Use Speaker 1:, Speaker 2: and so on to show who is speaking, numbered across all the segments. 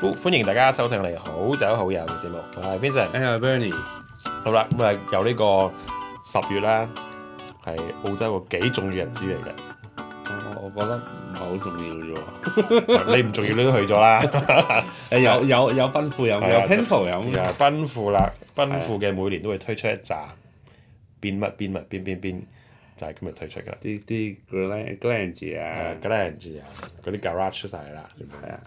Speaker 1: 歡歡迎大家收聽嚟好酒好友嘅節目，我係 Vincent。
Speaker 2: 哎呀，Bernie，
Speaker 1: 好啦，咁啊有呢個十月啦，係澳洲個幾重要日子嚟
Speaker 2: 哦我我覺得唔係好重要啫喎。
Speaker 1: 嘅。 你唔重要你都去 咗啦，
Speaker 2: 誒哎有有有奔富飲，
Speaker 1: 係啊
Speaker 2: 有 Pinto
Speaker 1: 咁
Speaker 2: 飲，
Speaker 1: 啊奔富啦，奔富嘅每年都會推出一扎變乜變乜變變變，就係、今日推出嘅。
Speaker 2: 啲啲 Glen Glengy 啊
Speaker 1: 誒，Glenn 啊，嗰啲 garage 出晒啦。全部
Speaker 2: 係啊，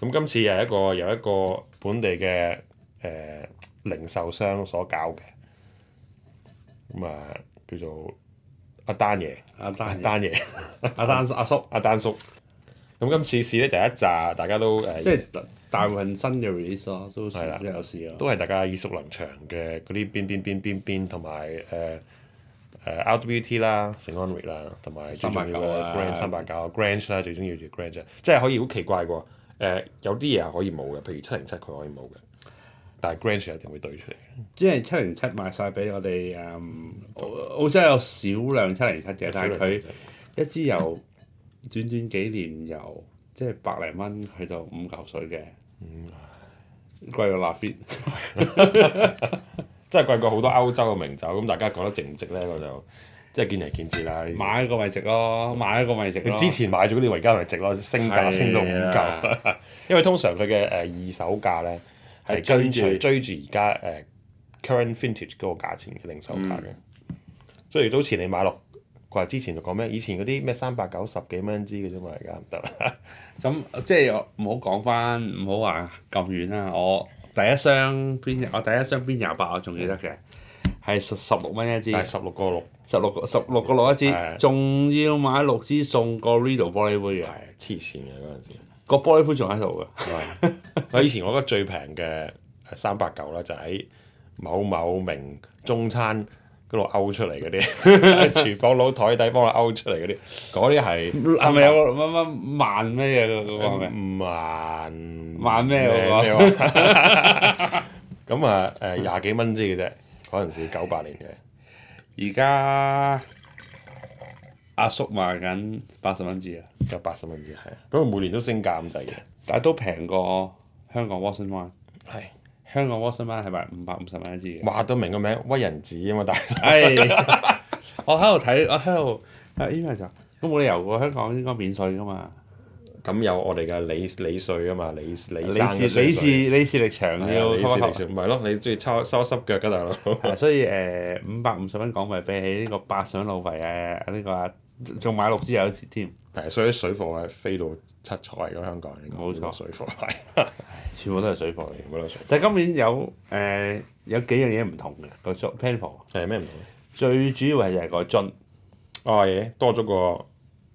Speaker 1: 咁今次又一個有一個本地嘅誒、呃零售商所搞嘅，咁啊叫做阿丹爺，
Speaker 2: 阿
Speaker 1: 阿
Speaker 2: 丹
Speaker 1: 丹爺，
Speaker 2: 阿丹阿叔，
Speaker 1: 阿丹叔。咁今次試咧就係一扎大家都誒、呃
Speaker 2: 即係大大部分新嘅 release 咯，都
Speaker 1: 係啦
Speaker 2: 都有試咯。
Speaker 1: 都係大家耳熟能詳嘅嗰啲邊邊邊邊邊同埋誒誒 RWT 啦、聖安瑞啦，同埋最重要
Speaker 2: 389
Speaker 1: 嘅
Speaker 2: 啊
Speaker 1: Grand 三八九 Grand 啦，最重要就 Grand 啫，即係可以好奇怪喎。誒、有啲嘢係可以冇嘅，譬如七零七佢可以冇嘅，但係 Grand 一定會對出嚟。
Speaker 2: 即係七零七賣晒俾我哋誒，澳澳洲有少量七零七嘅，但係佢一支由短短幾年由即係百零蚊去到五嚿水嘅，嗯貴過拉菲。
Speaker 1: 即係貴過好多歐洲嘅名酒，咁大家覺得值唔值咧？我就即係見仁見智啦。呢啲
Speaker 2: 買一個咪值咯，買一個咪值
Speaker 1: 你
Speaker 2: 咯。
Speaker 1: 之前買咗嗰啲維加咪值咯，升
Speaker 2: 啊
Speaker 1: 價升到五嚿，因為通常佢嘅誒二手價咧係
Speaker 2: 係
Speaker 1: 跟
Speaker 2: 跟
Speaker 1: 住
Speaker 2: 住
Speaker 1: 追住而家誒 current vintage 嗰個價錢嘅零售價嘅，所以早前你買落。佢話之前就講咩？以前嗰啲咩三百九十幾蚊支嘅啫嘛，而家唔得啦。
Speaker 2: 咁即係我唔好講翻，唔好話咁遠啦。我第一箱邊我第一箱邊廿八，我仲記得嘅，係十十六蚊一支，
Speaker 1: 但嗯係十六個六，
Speaker 2: 十六個十六個六一
Speaker 1: 係
Speaker 2: 支，仲要買六支送個 Rido 玻璃杯嘅
Speaker 1: 係，黐線嘅嗰陣時。
Speaker 2: 個玻璃杯仲喺度 嘅。
Speaker 1: 我以前我覺得最平嘅三百九啦，就喺某某名中餐嗰度勾出嚟嗰 啲，廚房佬台底幫我勾出嚟嗰啲，嗰啲 係
Speaker 2: 係咪有個乜乜萬咩嘢嘅嗰個係
Speaker 1: 嗯
Speaker 2: 咪？
Speaker 1: 萬
Speaker 2: 萬咩喎
Speaker 1: 咩話 咁啊
Speaker 2: 嗯
Speaker 1: 誒廿幾蚊支嘅啫，嗰陣時九八年嘅，
Speaker 2: 而家阿叔賣緊八十蚊支啊，
Speaker 1: 有八十蚊支係啊，咁佢每年都升價咁滯嘅，
Speaker 2: 但係都平過香港 Watson One。
Speaker 1: 係
Speaker 2: 香港 Watson One 係賣五百五十蚊一支嘅。
Speaker 1: 話都明個名屈人子啊嘛，但 係
Speaker 2: 唉， 我喺度睇，我喺度啊 email 就都冇理由喎，香港應該免税噶嘛。
Speaker 1: 咁有我哋嘅李李帥啊嘛，李李生
Speaker 2: 你
Speaker 1: 嘅
Speaker 2: 是
Speaker 1: 歲
Speaker 2: 你是
Speaker 1: 數
Speaker 2: 你是力場要
Speaker 1: 係啊，你
Speaker 2: 吸一
Speaker 1: 視
Speaker 2: 吸
Speaker 1: 力唔係咯，你中意抽收濕腳㗎大佬。
Speaker 2: 啊所以誒五百五十蚊港幣比起呢個八十蚊澳幣誒呢個啊，仲買六支有一折添，
Speaker 1: 但係所以啲水貨係飛到七彩嘅香港，應該
Speaker 2: 冇
Speaker 1: 好
Speaker 2: 錯
Speaker 1: 多水貨係
Speaker 2: 全部都係水貨嚟。
Speaker 1: 冇得水。
Speaker 2: 但係今年有誒、呃有幾樣嘢唔同嘅個 panel，
Speaker 1: 係咩唔同咧？
Speaker 2: 最主要係就係個樽，
Speaker 1: 哦嘢多咗個，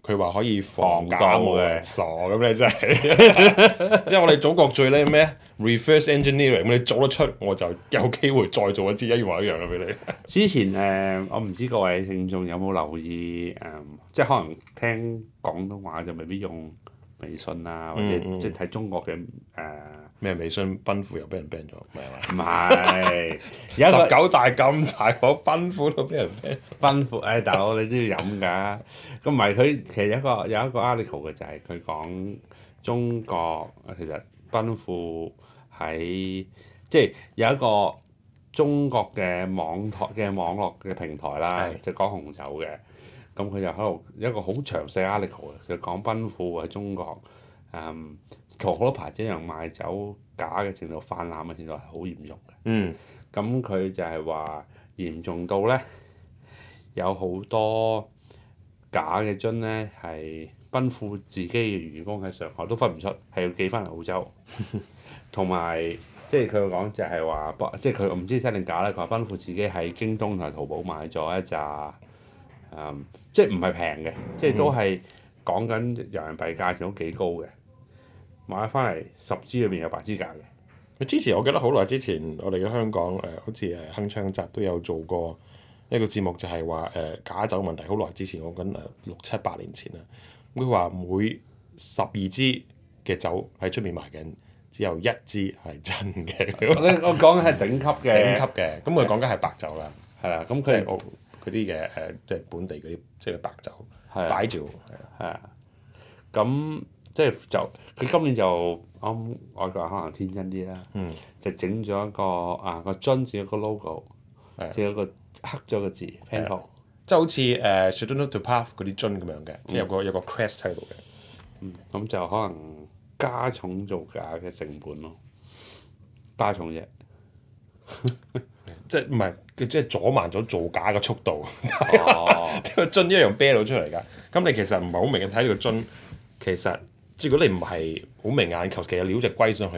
Speaker 1: 佢話可以防
Speaker 2: 防
Speaker 1: 假
Speaker 2: 假
Speaker 1: 冒
Speaker 2: 冒
Speaker 1: 嘅
Speaker 2: 嘅
Speaker 1: 傻咁你真係， 即係我哋祖國最叻咩？reverse engineering，咁你做得出我就有機會再做一支一模一樣嘅俾你。
Speaker 2: 之前誒、呃我唔知各位聽眾有冇留意誒、即係可能聽廣東話就未必用微信啊，或者
Speaker 1: 嗯嗯
Speaker 2: 即係睇中國嘅誒，
Speaker 1: 咩微信奔富又俾人 ban 咗，唔係嘛？
Speaker 2: 唔 係有一
Speaker 1: 十
Speaker 2: 個
Speaker 1: 九大咁大個奔富 都俾人 ban，
Speaker 2: 奔富誒，大佬你都要飲㗎。咁唔係佢其實有一個有一個 article 嘅就係佢講中國其實奔富喺即係有一個中國嘅網台嘅網絡嘅平台啦
Speaker 1: 係，
Speaker 2: 就講紅酒嘅。咁佢就喺度有一個好詳細嘅 article 嘅，就講奔富喺中國誒同好多牌子一樣賣酒假嘅程度泛濫嘅程度係好嚴重。
Speaker 1: 嗯，
Speaker 2: 咁佢就係話嚴重到咧，有好多假嘅樽咧係奔富自己嘅員工喺上海都分唔出，係要寄翻嚟澳 洲，同埋即係佢講就係話，即係佢唔知真定假啦。佢話奔富自己喺京東同埋淘寶買咗一扎，嗯，即係唔係平嘅，即係都係講緊人民幣價錢都幾高嘅，買翻嚟十支裏邊有八支假嘅。
Speaker 1: 之前我記得好耐之前，我哋嘅香港誒、呃好似誒鏗鏘集都有做過一個節目，就係話誒假酒問題。好耐之前講緊誒六七八年前啦。咁佢話每十二支嘅酒喺出面賣緊，只有一支係真 嘅，
Speaker 2: 我我講緊係頂級
Speaker 1: 頂。
Speaker 2: 嘅
Speaker 1: 級嘅。咁佢講緊係白酒啦，
Speaker 2: 係啦，咁
Speaker 1: 即係
Speaker 2: 佢
Speaker 1: 澳嗰啲嘅誒，即係本地嗰啲即係白酒
Speaker 2: 係啊
Speaker 1: 擺照。係啊
Speaker 2: 係啊，咁即係就佢今年就我諗外國人可能天真啲啦，
Speaker 1: 嗯
Speaker 2: 就整咗一個啊個樽只有個 logo，
Speaker 1: 係
Speaker 2: 只有個黑咗個字 p a n c o
Speaker 1: 即係好似呃誒 s h u d d n to Path 嗰啲樽咁樣嘅，即係有個有個 crest 喺度嘅。
Speaker 2: 咁就可能加重造價嘅成本咯，加重啫。
Speaker 1: 即係唔係佢即係阻慢咗造假嘅速度，
Speaker 2: 哦，
Speaker 1: 個樽一樣啤到出嚟㗎。咁你其實唔係好明嘅，睇呢個樽其實，即係如果你唔係好明眼球，其實撩隻龜上去，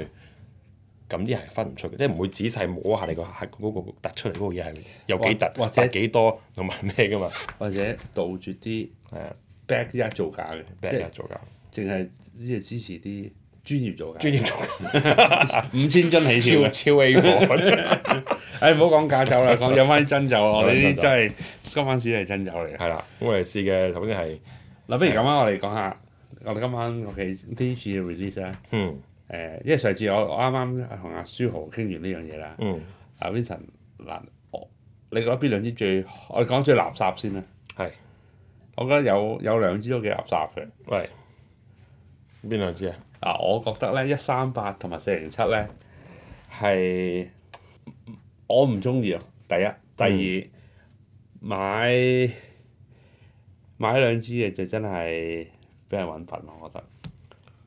Speaker 1: 咁啲人係分唔出嘅，即係唔會仔細摸下你個核嗰個突出嚟嗰個嘢係有幾突，
Speaker 2: 或或者
Speaker 1: 突幾多同埋咩㗎嘛。
Speaker 2: 或者杜絕啲
Speaker 1: 係啊
Speaker 2: back 一造假嘅，
Speaker 1: b
Speaker 2: 即
Speaker 1: a
Speaker 2: 係
Speaker 1: 造假，
Speaker 2: 淨係呢個支持啲專業造假，
Speaker 1: 專業造
Speaker 2: 五千樽起跳
Speaker 1: 假，超
Speaker 2: 嘅。
Speaker 1: 超 A 貨，
Speaker 2: 誒唔好講假酒啦，講飲翻啲真酒，啊我哋呢啲真係今晚先係真酒嚟嘅。
Speaker 1: 係啦。咁我哋試嘅頭先係，
Speaker 2: 嗱，不如咁啊，我哋講下我哋今晚我哋呢次嘅 release 啦。
Speaker 1: 嗯
Speaker 2: 誒，因為上次我我啱啱同阿舒豪傾完呢樣嘢啦。
Speaker 1: 嗯
Speaker 2: 阿 Vincent 嗱，我你覺得邊兩支最？我哋講最垃圾先啦。
Speaker 1: 係，
Speaker 2: 我覺得有有兩支都幾垃圾嘅。
Speaker 1: 喂，邊兩支啊？
Speaker 2: 啊，我覺得咧一三八同埋四零七咧係我唔中意啊。第一，第二、買買兩支嘢就真係俾人揾笨咯，我覺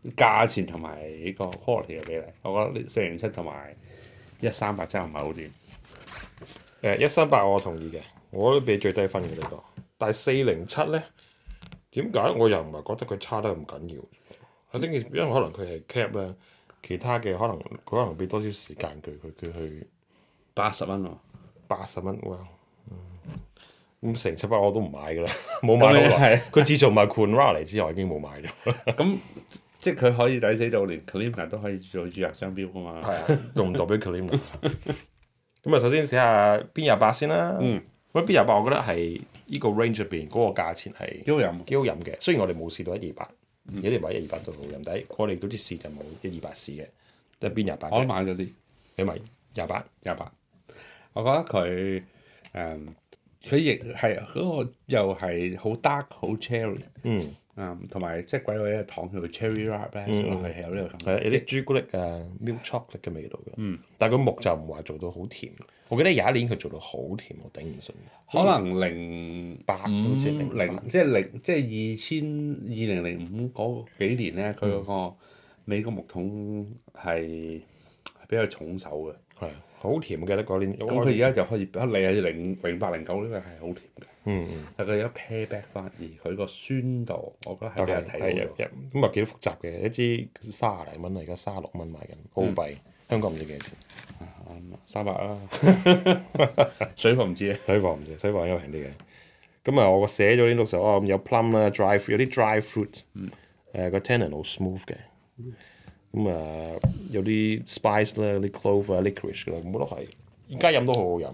Speaker 2: 得價錢同埋呢個 quality 嘅比例，我覺得呢四零七同埋一三八真係唔係好掂。
Speaker 1: 誒一三八我同意嘅，我都俾最低分嘅呢個。但係四零七咧，點解我又唔係覺得佢差得咁緊要？我think it's- 因為可能佢係 cap 啦，其他嘅可能佢可能俾多啲時間佢佢佢去
Speaker 2: 八十蚊喎，
Speaker 1: 八十蚊哇，嗯咁四零七八我都唔買㗎啦， 冇買
Speaker 2: 咁你
Speaker 1: 好耐。
Speaker 2: 係
Speaker 1: 佢自從買 q u a n r a 嚟之後，已經冇買咗。
Speaker 2: 咁即係佢可以抵死到連 c l i m a 都可以做註冊商標噶嘛。
Speaker 1: 係啊，仲唔代表 claim 啊咁啊，首先寫下 B 廿八先啦。
Speaker 2: 嗯，
Speaker 1: 咁 B 廿八我覺得係呢個 range 入邊嗰個價錢係。
Speaker 2: 都有冇
Speaker 1: 幾好飲嘅。雖然我哋冇試到一二八，
Speaker 2: 嗯
Speaker 1: 有啲人話一二八就好飲，但係我哋好似試就冇一二八試嘅，都係邊廿八
Speaker 2: 我都
Speaker 1: 啫。
Speaker 2: 買咗啲。
Speaker 1: 你咪廿八，
Speaker 2: 廿八。我覺得佢誒，佢亦係嗰個又係好 dark 好 cherry
Speaker 1: 嗯，
Speaker 2: 啊、同埋即係鬼佬嘅糖叫做 cherry wrap 咧，食落去係有呢個感覺。
Speaker 1: 係有啲朱古力啊、milk chocolate 嘅味道嘅。
Speaker 2: 嗯，
Speaker 1: 但係個木就唔話做到好甜。我記得有一年佢做到好甜，我頂唔順。
Speaker 2: 可能零
Speaker 1: 八好似
Speaker 2: 五
Speaker 1: 零
Speaker 2: 零即係零即係二千二零零五嗰幾年咧，佢嗰
Speaker 1: 嗯
Speaker 2: 個美國木桶係比較重手嘅。
Speaker 1: 係啊好甜，我記得嗰年。
Speaker 2: 咁佢而家就開始，啊你係零零八零九呢個係好甜嘅，
Speaker 1: 嗯嗯，
Speaker 2: 但佢而家 pare back 翻，而佢個酸度，我覺得係
Speaker 1: 但
Speaker 2: 比較
Speaker 1: 係
Speaker 2: 睇
Speaker 1: 係
Speaker 2: 到
Speaker 1: 有
Speaker 2: 嘅。
Speaker 1: 有咁啊幾複雜嘅，一支三廿零蚊啊，而家三十六蚊賣緊澳幣，
Speaker 2: 嗯
Speaker 1: 香港唔知幾多錢。
Speaker 2: 啱啊三百啦， 水貨唔知啊。
Speaker 1: 水貨唔知，水貨應該平啲嘅。咁啊，我寫咗呢六十哦，咁有 plum 啦，dry fruit 有啲 dry fruit，誒個 tannin 好 smooth 嘅。咁啊，有啲 spice 啦，有啲 clove 啊，licorice 啦，咁都係。而家飲都好好飲，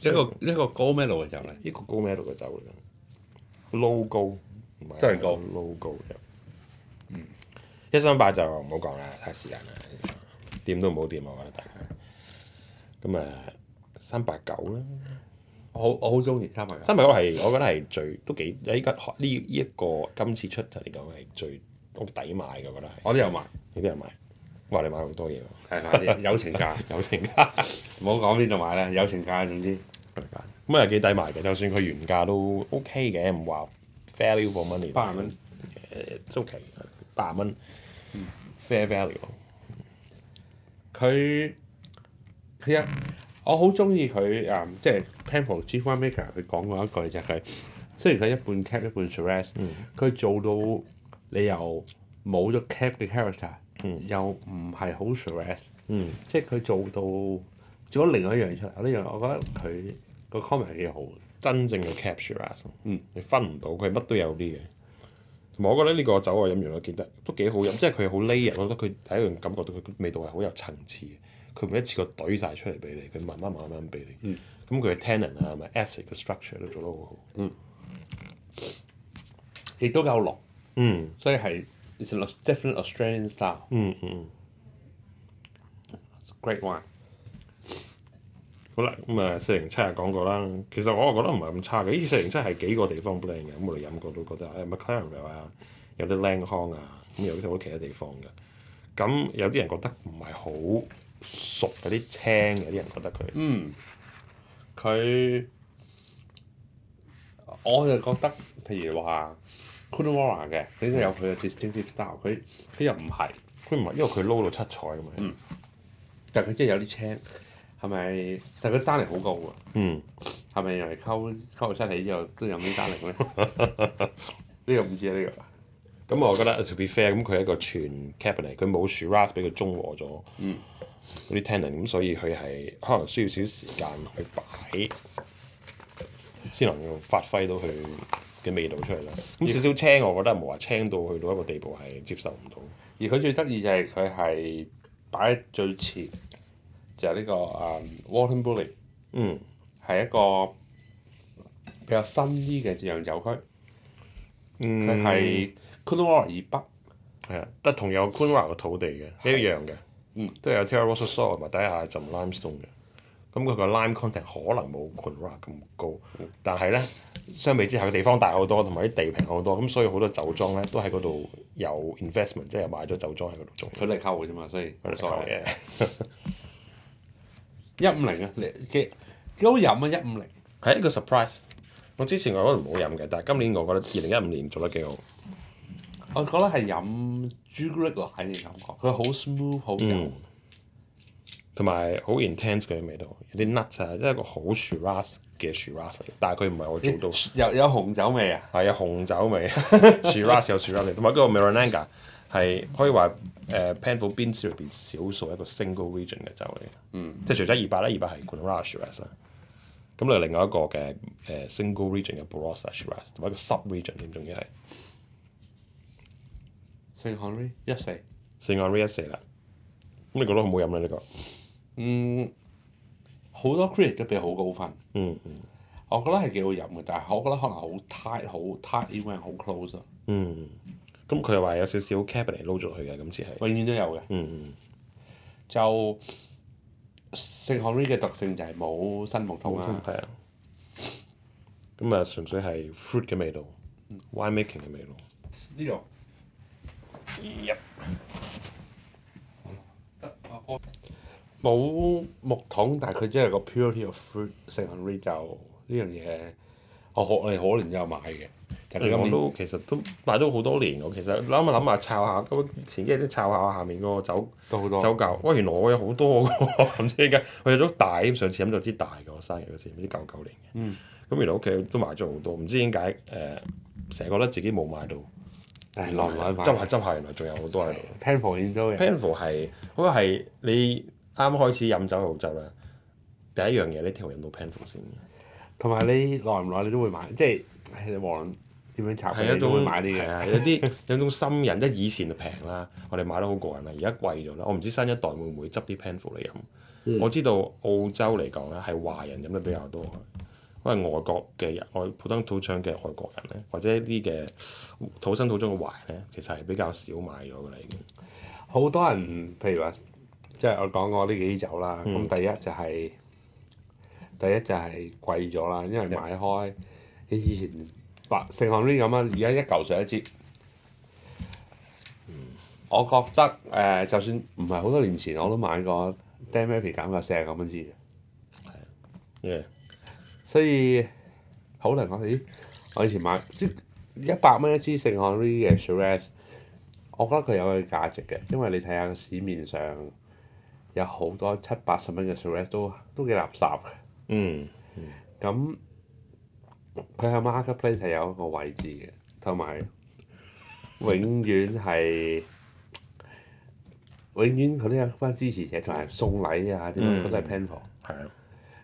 Speaker 2: 一個一個高咩路嘅酒嚟？
Speaker 1: 呢個高咩度嘅酒嚟嘅，low 高，唔係
Speaker 2: 真係高
Speaker 1: ，low 高嘅。一三八就唔好講啦，太時間啦，掂都唔好掂我覺得大家。咁啊，三八九啦。
Speaker 2: 我好我好中意三百九。
Speaker 1: 三百九係我覺得係最都幾依家呢呢一個今次出嚟講係最我抵買嘅，我覺得係
Speaker 2: 我都有買，
Speaker 1: 有啲人買，哇！你買好多嘢喎，
Speaker 2: 係買啲友情價，
Speaker 1: 有情 價，
Speaker 2: 唔好講邊度買啦，友情價總之
Speaker 1: 咁啊幾抵買嘅，就算佢原價都 OK 嘅，唔話呃 value for money，
Speaker 2: 八十蚊。
Speaker 1: 誒都 OK，八十蚊 fair value，
Speaker 2: 佢佢一我好中意佢誒，即係 Pample Chief Wine Maker 佢講過一句就係佢，雖然佢一半 cap 一半 Shiraz，佢做到你又冇咗 cap 嘅 character，又唔係好 Shiraz。
Speaker 1: 嗯
Speaker 2: 即係佢做到做咗另外一樣出嚟，呢樣我覺得佢個 comment 係幾好嘅。
Speaker 1: 真正嘅 capture 啊，
Speaker 2: 嗯
Speaker 1: 你分唔到佢乜都有啲嘅。同埋我覺得呢個酒我飲完我記得都幾好飲，即係佢好 layer，我覺得佢第一樣感覺到佢個味道係好有層次嘅。佢唔一次過懟晒出嚟俾你，佢慢慢慢慢俾你。咁佢嘅 tannin 啊，同埋 acid 嘅 structure 都做得好好。
Speaker 2: 亦都夠濃，
Speaker 1: 嗯
Speaker 2: 所以係 it's a different Australian style
Speaker 1: 嗯嗯嗯，
Speaker 2: great wine。
Speaker 1: 好啦，咁啊四零七啊講過啦。其實我又覺得唔係咁差嘅，呢四零七係幾個地方 blend 嘅，咁我哋飲過都覺得誒 McLaren 啊，有啲 Lang 康啊，咁有啲好多其他地方嘅。咁有啲人覺得唔係好熟，有啲青，有啲人覺得佢
Speaker 2: 嗯，佢我就覺得，譬如話 k u d a w a r a 嘅，佢都有佢嘅 distinctive style，佢佢又唔係，
Speaker 1: 佢唔係，因為佢撈到七彩咁樣。
Speaker 2: 嗯但佢真係有啲青，係咪？但佢單力好高㗎，
Speaker 1: 嗯，
Speaker 2: 係咪用嚟溝溝到出嚟之後都有啲單力咧？ 呢個唔知啊，呢、個
Speaker 1: 咁我覺得 to be fair，咁佢係一個全 cabinet，佢冇 Shiraz 俾佢中和咗。
Speaker 2: 嗯。
Speaker 1: 嗰啲 tannin，咁所以佢係可能需要少少時間去擺，先能夠發揮到佢嘅味道出嚟啦。咁少少青，我覺得冇話青到去到一個地步係接受唔到。
Speaker 2: 而佢最得意就係佢係擺喺最前，就係、呢、個誒、Walton Bully。
Speaker 1: 嗯，
Speaker 2: 係一個比較新啲嘅釀酒區，
Speaker 1: 嗯
Speaker 2: 佢係 c o n o r 以北，
Speaker 1: 係啊，得同有 q u a n a 嘅土地嘅一樣嘅，
Speaker 2: 嗯
Speaker 1: 都有 terra rossa soil 同埋底下浸 limestone 嘅。咁佢個 lime content 可能冇 q u a n a 咁高，但係咧相比之下，個地方大好多，同埋啲地平好多，咁所以好多酒莊咧都喺嗰度有 investment，即係買咗酒莊喺嗰度做。
Speaker 2: 佢都係溝嘅啫嘛，所以
Speaker 1: 冇
Speaker 2: 冇
Speaker 1: 所
Speaker 2: 所謂。
Speaker 1: 謂嘅。
Speaker 2: 一五零啊，你幾幾好飲啊！一五零，
Speaker 1: 係一個 surprise。我之前我可能唔好飲嘅，但係今年我覺得二零一五年做得幾好。
Speaker 2: 我覺得係飲朱古力奶嘅感覺，佢好 smooth，好
Speaker 1: 嗯
Speaker 2: 柔。，
Speaker 1: 同埋好 intense 嘅味道，有啲 nuts 啊，即係一個好 Shiraz 嘅 Shiraz 嚟，但係佢唔係我做到。
Speaker 2: 咦有有紅酒味啊！
Speaker 1: 係啊，紅酒 味 Shiraz 有 Shiraz 味，同埋嗰個 Marananga 係可以話誒 Penfolds Beans 裏邊少數一個 single region 嘅酒嚟嘅，
Speaker 2: 嗯，
Speaker 1: 即係除咗二八啦，二八係 g u a n a r a Shiraz 啦，咁另另外一個嘅誒、呃 single region 嘅 Barossa Shiraz，同埋一個 sub region 添，仲要係。
Speaker 2: 聖漢瑞一四，
Speaker 1: 四眼 V 一四啦。咁你覺得好唔好飲咧？呢個
Speaker 2: 嗯，好多 critic 都俾好高分，
Speaker 1: 嗯嗯
Speaker 2: 我覺得係幾好飲嘅，但係我覺得可能好 tight，好 tight，因為好 close 啊，
Speaker 1: 嗯，咁佢又話有少少 cabinet 撈咗佢嘅，今次係
Speaker 2: 永遠都有嘅。
Speaker 1: 嗯嗯
Speaker 2: 就聖漢瑞嘅特性就係冇新木桶啊，
Speaker 1: 係啊。咁啊，純粹係 fruit 嘅味道，wine
Speaker 2: 嗯
Speaker 1: making 嘅味道。
Speaker 2: 呢度
Speaker 1: 入
Speaker 2: 冇木桶，但係佢真係個 purity of fruit 聖漢瑞就呢樣嘢，我可我哋可能都有買嘅，但係佢
Speaker 1: 我
Speaker 2: 今年
Speaker 1: 都其實都買咗好多年喎。其實諗下諗下，啊抄下咁前幾日都抄下下面嗰個酒
Speaker 2: 都好多
Speaker 1: 酒窖。喂，原來我有好多喎，唔 知點解我有咗大。上次飲咗支大嘅，我生日嗰次，唔知九九年嘅。
Speaker 2: 嗯。
Speaker 1: 咁原來屋企都買咗好多，唔知點解誒，呃成日覺得自己冇買到。
Speaker 2: 但係耐耐買
Speaker 1: 執下執下，原來仲有好多喺度。
Speaker 2: Penfold 已經都有
Speaker 1: Penfolds 係，好似係你啱開始飲酒去澳洲啦，第一樣嘢你一定會飲到 Penfolds 先。
Speaker 2: 同埋你耐唔耐你都會買，即係唉你無論點樣炒，
Speaker 1: 係
Speaker 2: 你
Speaker 1: 一
Speaker 2: 啊都會
Speaker 1: 種
Speaker 2: 買啲
Speaker 1: 係
Speaker 2: 嘅。
Speaker 1: 啊，有 啲有種心癮，即係以前就平啦，我哋買得好過癮啦，而家貴咗啦。我唔知新一代會唔會執啲 Penfolds 嚟飲。
Speaker 2: 嗯
Speaker 1: 我知道澳洲嚟講咧，係華人飲得比較多，因為外國嘅人，外普通土長嘅外國人咧，或者一啲嘅土生土長嘅華人咧，其實係比較少買咗㗎啦已經。
Speaker 2: 好多人譬如話，即係我講過呢幾支酒啦。咁、
Speaker 1: 嗯
Speaker 2: 第一就係、第一就係貴咗啦，因為買開你以前白聖漢呢咁啊，而家一嚿水一支。我覺得誒、呃就算唔係好多年前，我都買過 d a m a p y 減價四十九蚊支嘅，
Speaker 1: Yeah.
Speaker 2: 所以好多人講咦，我以前買即一百蚊一支聖漢呢嘅 Shiraz，我覺得佢有佢價值嘅，因為你睇下個市面上有好多七八十蚊嘅 Shiraz 都都幾垃圾嘅。
Speaker 1: 嗯。
Speaker 2: 咁佢喺 marketplace 係有一個位置嘅，同埋永遠係永遠佢都有一班支持者，同埋送禮啊，點樣
Speaker 1: 嗯
Speaker 2: 佢都係 Penfold。
Speaker 1: 係啊，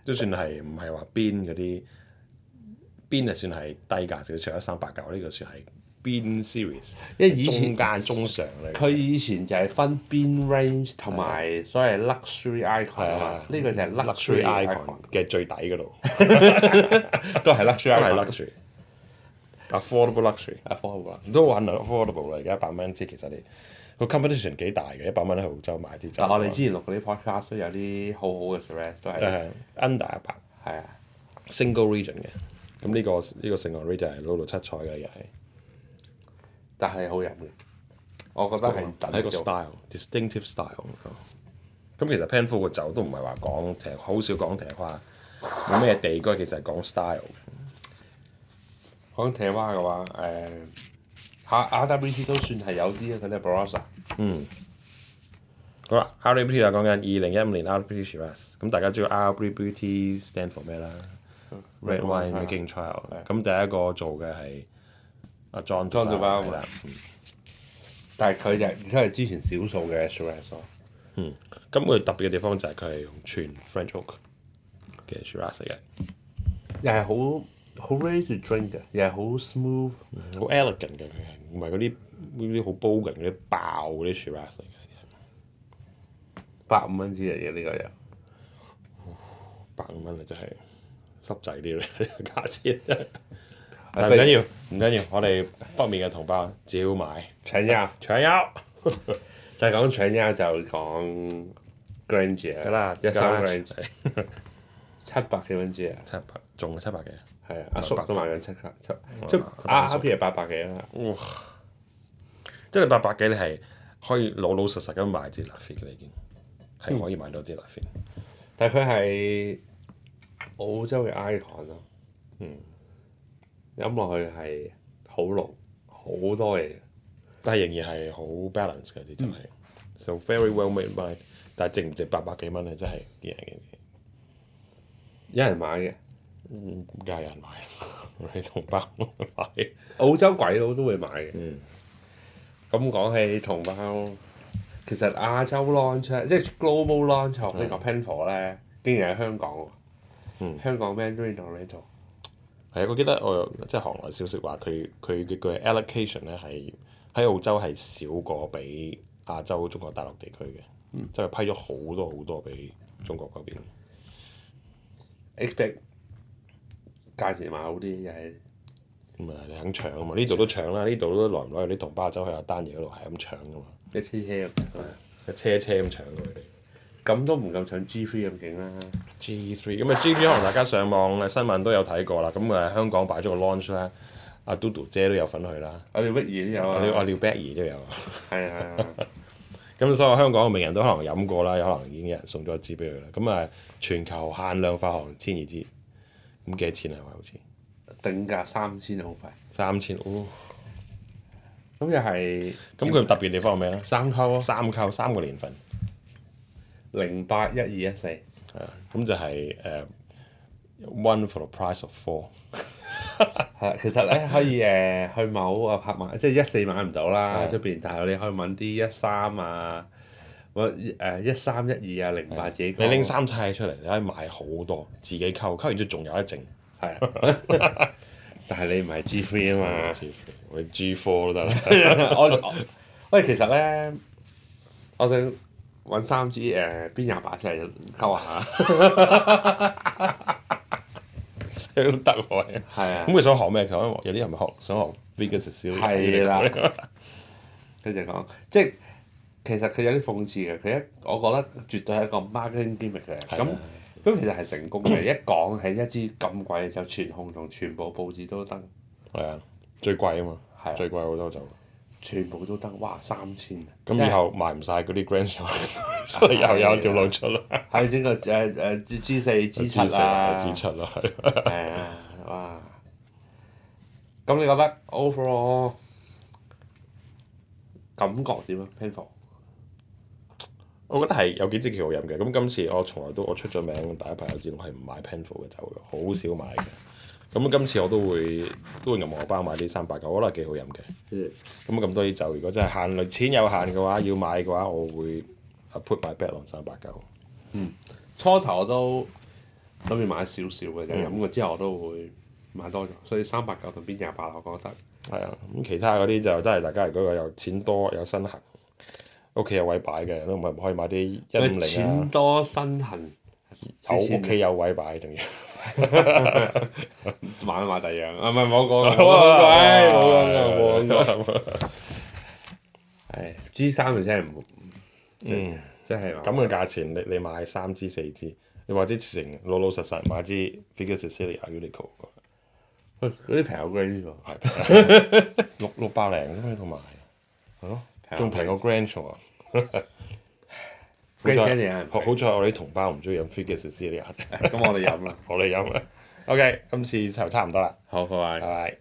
Speaker 1: 都算係唔係話邊嗰啲邊啊，算係低價少少，除咗三百九呢個算係邊 series，
Speaker 2: 因為以前
Speaker 1: 中間中上嚟。
Speaker 2: 佢以前就係分邊 range 同埋所謂 luxury icon 啊
Speaker 1: 係
Speaker 2: 嘛
Speaker 1: 啊，
Speaker 2: 呢個就係
Speaker 1: luxury
Speaker 2: luxury icon，
Speaker 1: icon 嘅最底嗰 度，
Speaker 2: 都係 luxury
Speaker 1: 都係
Speaker 2: icon。
Speaker 1: luxury。affordable luxury
Speaker 2: 啊，科學啦，
Speaker 1: 都玩 affordable 啦，而家一百蚊支其實你個 competition 幾大嘅，一百蚊喺澳洲買支酒。
Speaker 2: 但我哋之前錄嗰啲 podcast 都有啲好好嘅 stress，都
Speaker 1: 都
Speaker 2: 係
Speaker 1: 係啊 under 一百
Speaker 2: 係啊。
Speaker 1: single region 嘅，咁呢個呢個成個 region 係撈到七彩嘅又係。
Speaker 2: 但係好飲嘅。我覺得係等
Speaker 1: 係一個
Speaker 2: 做
Speaker 1: style，distinctive style。咁其實 Penfolds 嘅酒都唔係話講騎，好少講騎跨，冇咩地區其實係講 style 嘅。
Speaker 2: 講鐵蛙嘅話，誒下 RWT 都算係有啲嘅，佢哋 Barossa
Speaker 1: 嗯，好啦，RWT 啊，講緊二零一五年 RWT Shiraz，咁大家知道 RWT stand for 咩啦？Red Wine Making Trial。咁第一個做嘅係阿 John
Speaker 2: John Duval
Speaker 1: 係啦嗯
Speaker 2: 但係佢就亦都係之前少數嘅 Shiraz 咯
Speaker 1: 咁佢特別嘅地方就係佢係用全 French oak 嘅 Shiraz 嚟嘅，
Speaker 2: 又係好好 ready to drink 嘅，又係好 smooth。
Speaker 1: 好 elegant 嘅佢係，唔係嗰啲嗰啲好 bogan 嗰啲爆嗰啲 Shiraz 嚟嘅。
Speaker 2: 百五蚊支嘅嘢呢個又，
Speaker 1: 百五蚊啊，真係濕滯 啲啦價錢。但係唔
Speaker 2: 但係
Speaker 1: 緊要，唔緊要，我哋北面嘅同胞照買
Speaker 2: 搶優，
Speaker 1: 搶優
Speaker 2: 但係講搶優就講 Granger
Speaker 1: 㗎啦，
Speaker 2: 一手 Granger
Speaker 1: 係
Speaker 2: 七百幾蚊支啊，
Speaker 1: 七百，仲係七百幾。啊
Speaker 2: 係啊，阿叔都買緊七百七，即係
Speaker 1: 阿
Speaker 2: 阿 P 係八百幾啊啦。
Speaker 1: 哇！即係八百幾，你係可以老老實實咁買支 l a f i 嘅，你已經係可以買到支 l a f i
Speaker 2: 但係佢係澳洲嘅 icon 咯。
Speaker 1: 嗯，
Speaker 2: 飲落去係好濃，好多嘢。
Speaker 1: 但係仍然係好 balance 嘅，啲真係。So very well made wine，但係值唔值八百幾蚊咧？真係呢樣嘢，
Speaker 2: 有人買嘅，
Speaker 1: 嗯梗係有人買， 我哋同胞買。
Speaker 2: 澳洲鬼佬都會買嘅。
Speaker 1: 嗯
Speaker 2: 咁講起同胞，其實亞洲 launch 呢即係 global launch of 呢個 Penfold 咧，竟然喺香港喎。
Speaker 1: 嗯
Speaker 2: 香港 Mandarin Oriental
Speaker 1: 係啊，我記得我有即係行內消息話佢佢嘅佢嘅 allocation 咧係喺澳洲係少過俾亞洲中國大陸地區嘅，即係批咗好多好多俾中國嗰邊。
Speaker 2: expect 價錢買好啲，又係
Speaker 1: 咁啊，你肯搶啊嘛？呢度都搶啦，呢度都耐唔耐有啲同胞走去阿丹爺嗰度係咁搶噶嘛，
Speaker 2: 一千車咁。
Speaker 1: 一車一車咁搶佢哋。
Speaker 2: 咁都唔夠搶 G3 咁勁啦。
Speaker 1: G three 咁啊，G three 可能大家上網新聞都有睇過啦。咁誒香港擺咗個 launch 啦，阿嘟嘟姐都有份去啦，
Speaker 2: 我哋乜嘢都有
Speaker 1: 阿廖阿
Speaker 2: 啊。
Speaker 1: 廖 b e y 都有。
Speaker 2: 係啊係啊。
Speaker 1: 咁所以香港嘅名人都可能飲過啦，有可能已經有人送咗一支俾佢啦。咁啊，全球限量發行千二支，咁幾錢啊？好似
Speaker 2: 定價三千好快，
Speaker 1: 三千哦。
Speaker 2: 咁又係
Speaker 1: 咁佢特別地方係咩咧？
Speaker 2: 三溝咯，
Speaker 1: 三扣啊三個年份，
Speaker 2: 零八一二一四，
Speaker 1: 係啊，咁就係、誒、one for the price of four，
Speaker 2: 係其實咧可以誒去某啊拍賣，即係一四買唔到啦
Speaker 1: 係
Speaker 2: 出邊，但係你可以揾啲一三啊，揾誒一三一二啊零八自己
Speaker 1: 你拎三砌出嚟，你可以買好多，自己扣，扣完之後仲有一剩。
Speaker 2: 係啊，但係你唔係 G three 啊
Speaker 1: 我 G four 都得啦。
Speaker 2: 嘛，我我 喂其實咧，我想揾三支誒邊廿八出嚟溝下，
Speaker 1: 都得喎。
Speaker 2: 係啊
Speaker 1: 咁，佢想學咩？佢有啲人咪學想學 Vegas 燒
Speaker 2: 係啦佢就講，即係其實佢有啲諷刺嘅，佢一我覺得絕對係一個 marketing gimmick 嚟嘅。
Speaker 1: 係啊
Speaker 2: 咁咁其實係成功嘅，一講起一支咁貴嘅酒，全控同全部報紙都登，
Speaker 1: 係啊，最貴啊嘛，
Speaker 2: 係啊
Speaker 1: 最貴好多就。
Speaker 2: 全部都登，哇三千啊！
Speaker 1: 咁
Speaker 2: 即係
Speaker 1: 以後賣唔晒嗰啲 grand show，又有條路出啦。
Speaker 2: 係整個誒誒 G G 四 G 七
Speaker 1: G 四啊
Speaker 2: 啊
Speaker 1: ，G 七啦，係
Speaker 2: 係啊，哇！咁你覺得 overall 感覺點啊 p a n f o
Speaker 1: 我覺得係有幾支幾好飲嘅。咁今次我從來都我出咗名，大家朋友知道我係唔買 Penfolds 嘅酒嘅，好少買嘅。咁今次我都會都會銀荷包買啲三百九，我覺得係幾好飲嘅。
Speaker 2: 嗯
Speaker 1: 咁咁多啲酒，如果真係限量錢有限嘅話，要買嘅話，我會啊 put my bet on 三百九。
Speaker 2: 初頭我都諗住買少少嘅啫，飲過之後我都會買多咗，所以三百九同邊廿八我覺得
Speaker 1: 係啊，咁其他嗰啲就真係大家如果有錢多有身痕，屋企有位擺嘅，都唔係可以買啲一五
Speaker 2: 咪
Speaker 1: 零
Speaker 2: 錢
Speaker 1: 啊，
Speaker 2: 多身痕，
Speaker 1: 有
Speaker 2: 啲錢
Speaker 1: 屋企有位擺仲要。
Speaker 2: 買買第二樣啊，唔係 冇講
Speaker 1: 冇講過，冇講過，冇講過
Speaker 2: 冇講過，冇講過，係 G 三就真係唔，
Speaker 1: 嗯，
Speaker 2: 即係話
Speaker 1: 咁嘅價錢，你你買三支四支，你或者直情老老實實買支 Figure Sicilia Unico
Speaker 2: 喂嗰啲平友 range 喎
Speaker 1: 係六六百零咁樣同埋，係咯，
Speaker 2: 係
Speaker 1: 仲平過 Grange 啊！
Speaker 2: Grand
Speaker 1: 好在
Speaker 2: Canyon 係唔
Speaker 1: 好好彩我啲同胞唔中意飲 Three 嘅 Sicilian，
Speaker 2: 啊咁我哋飲啦。
Speaker 1: 啊我哋飲啦。OK，今次就差唔多啦，
Speaker 2: 好，拜拜
Speaker 1: 拜。拜。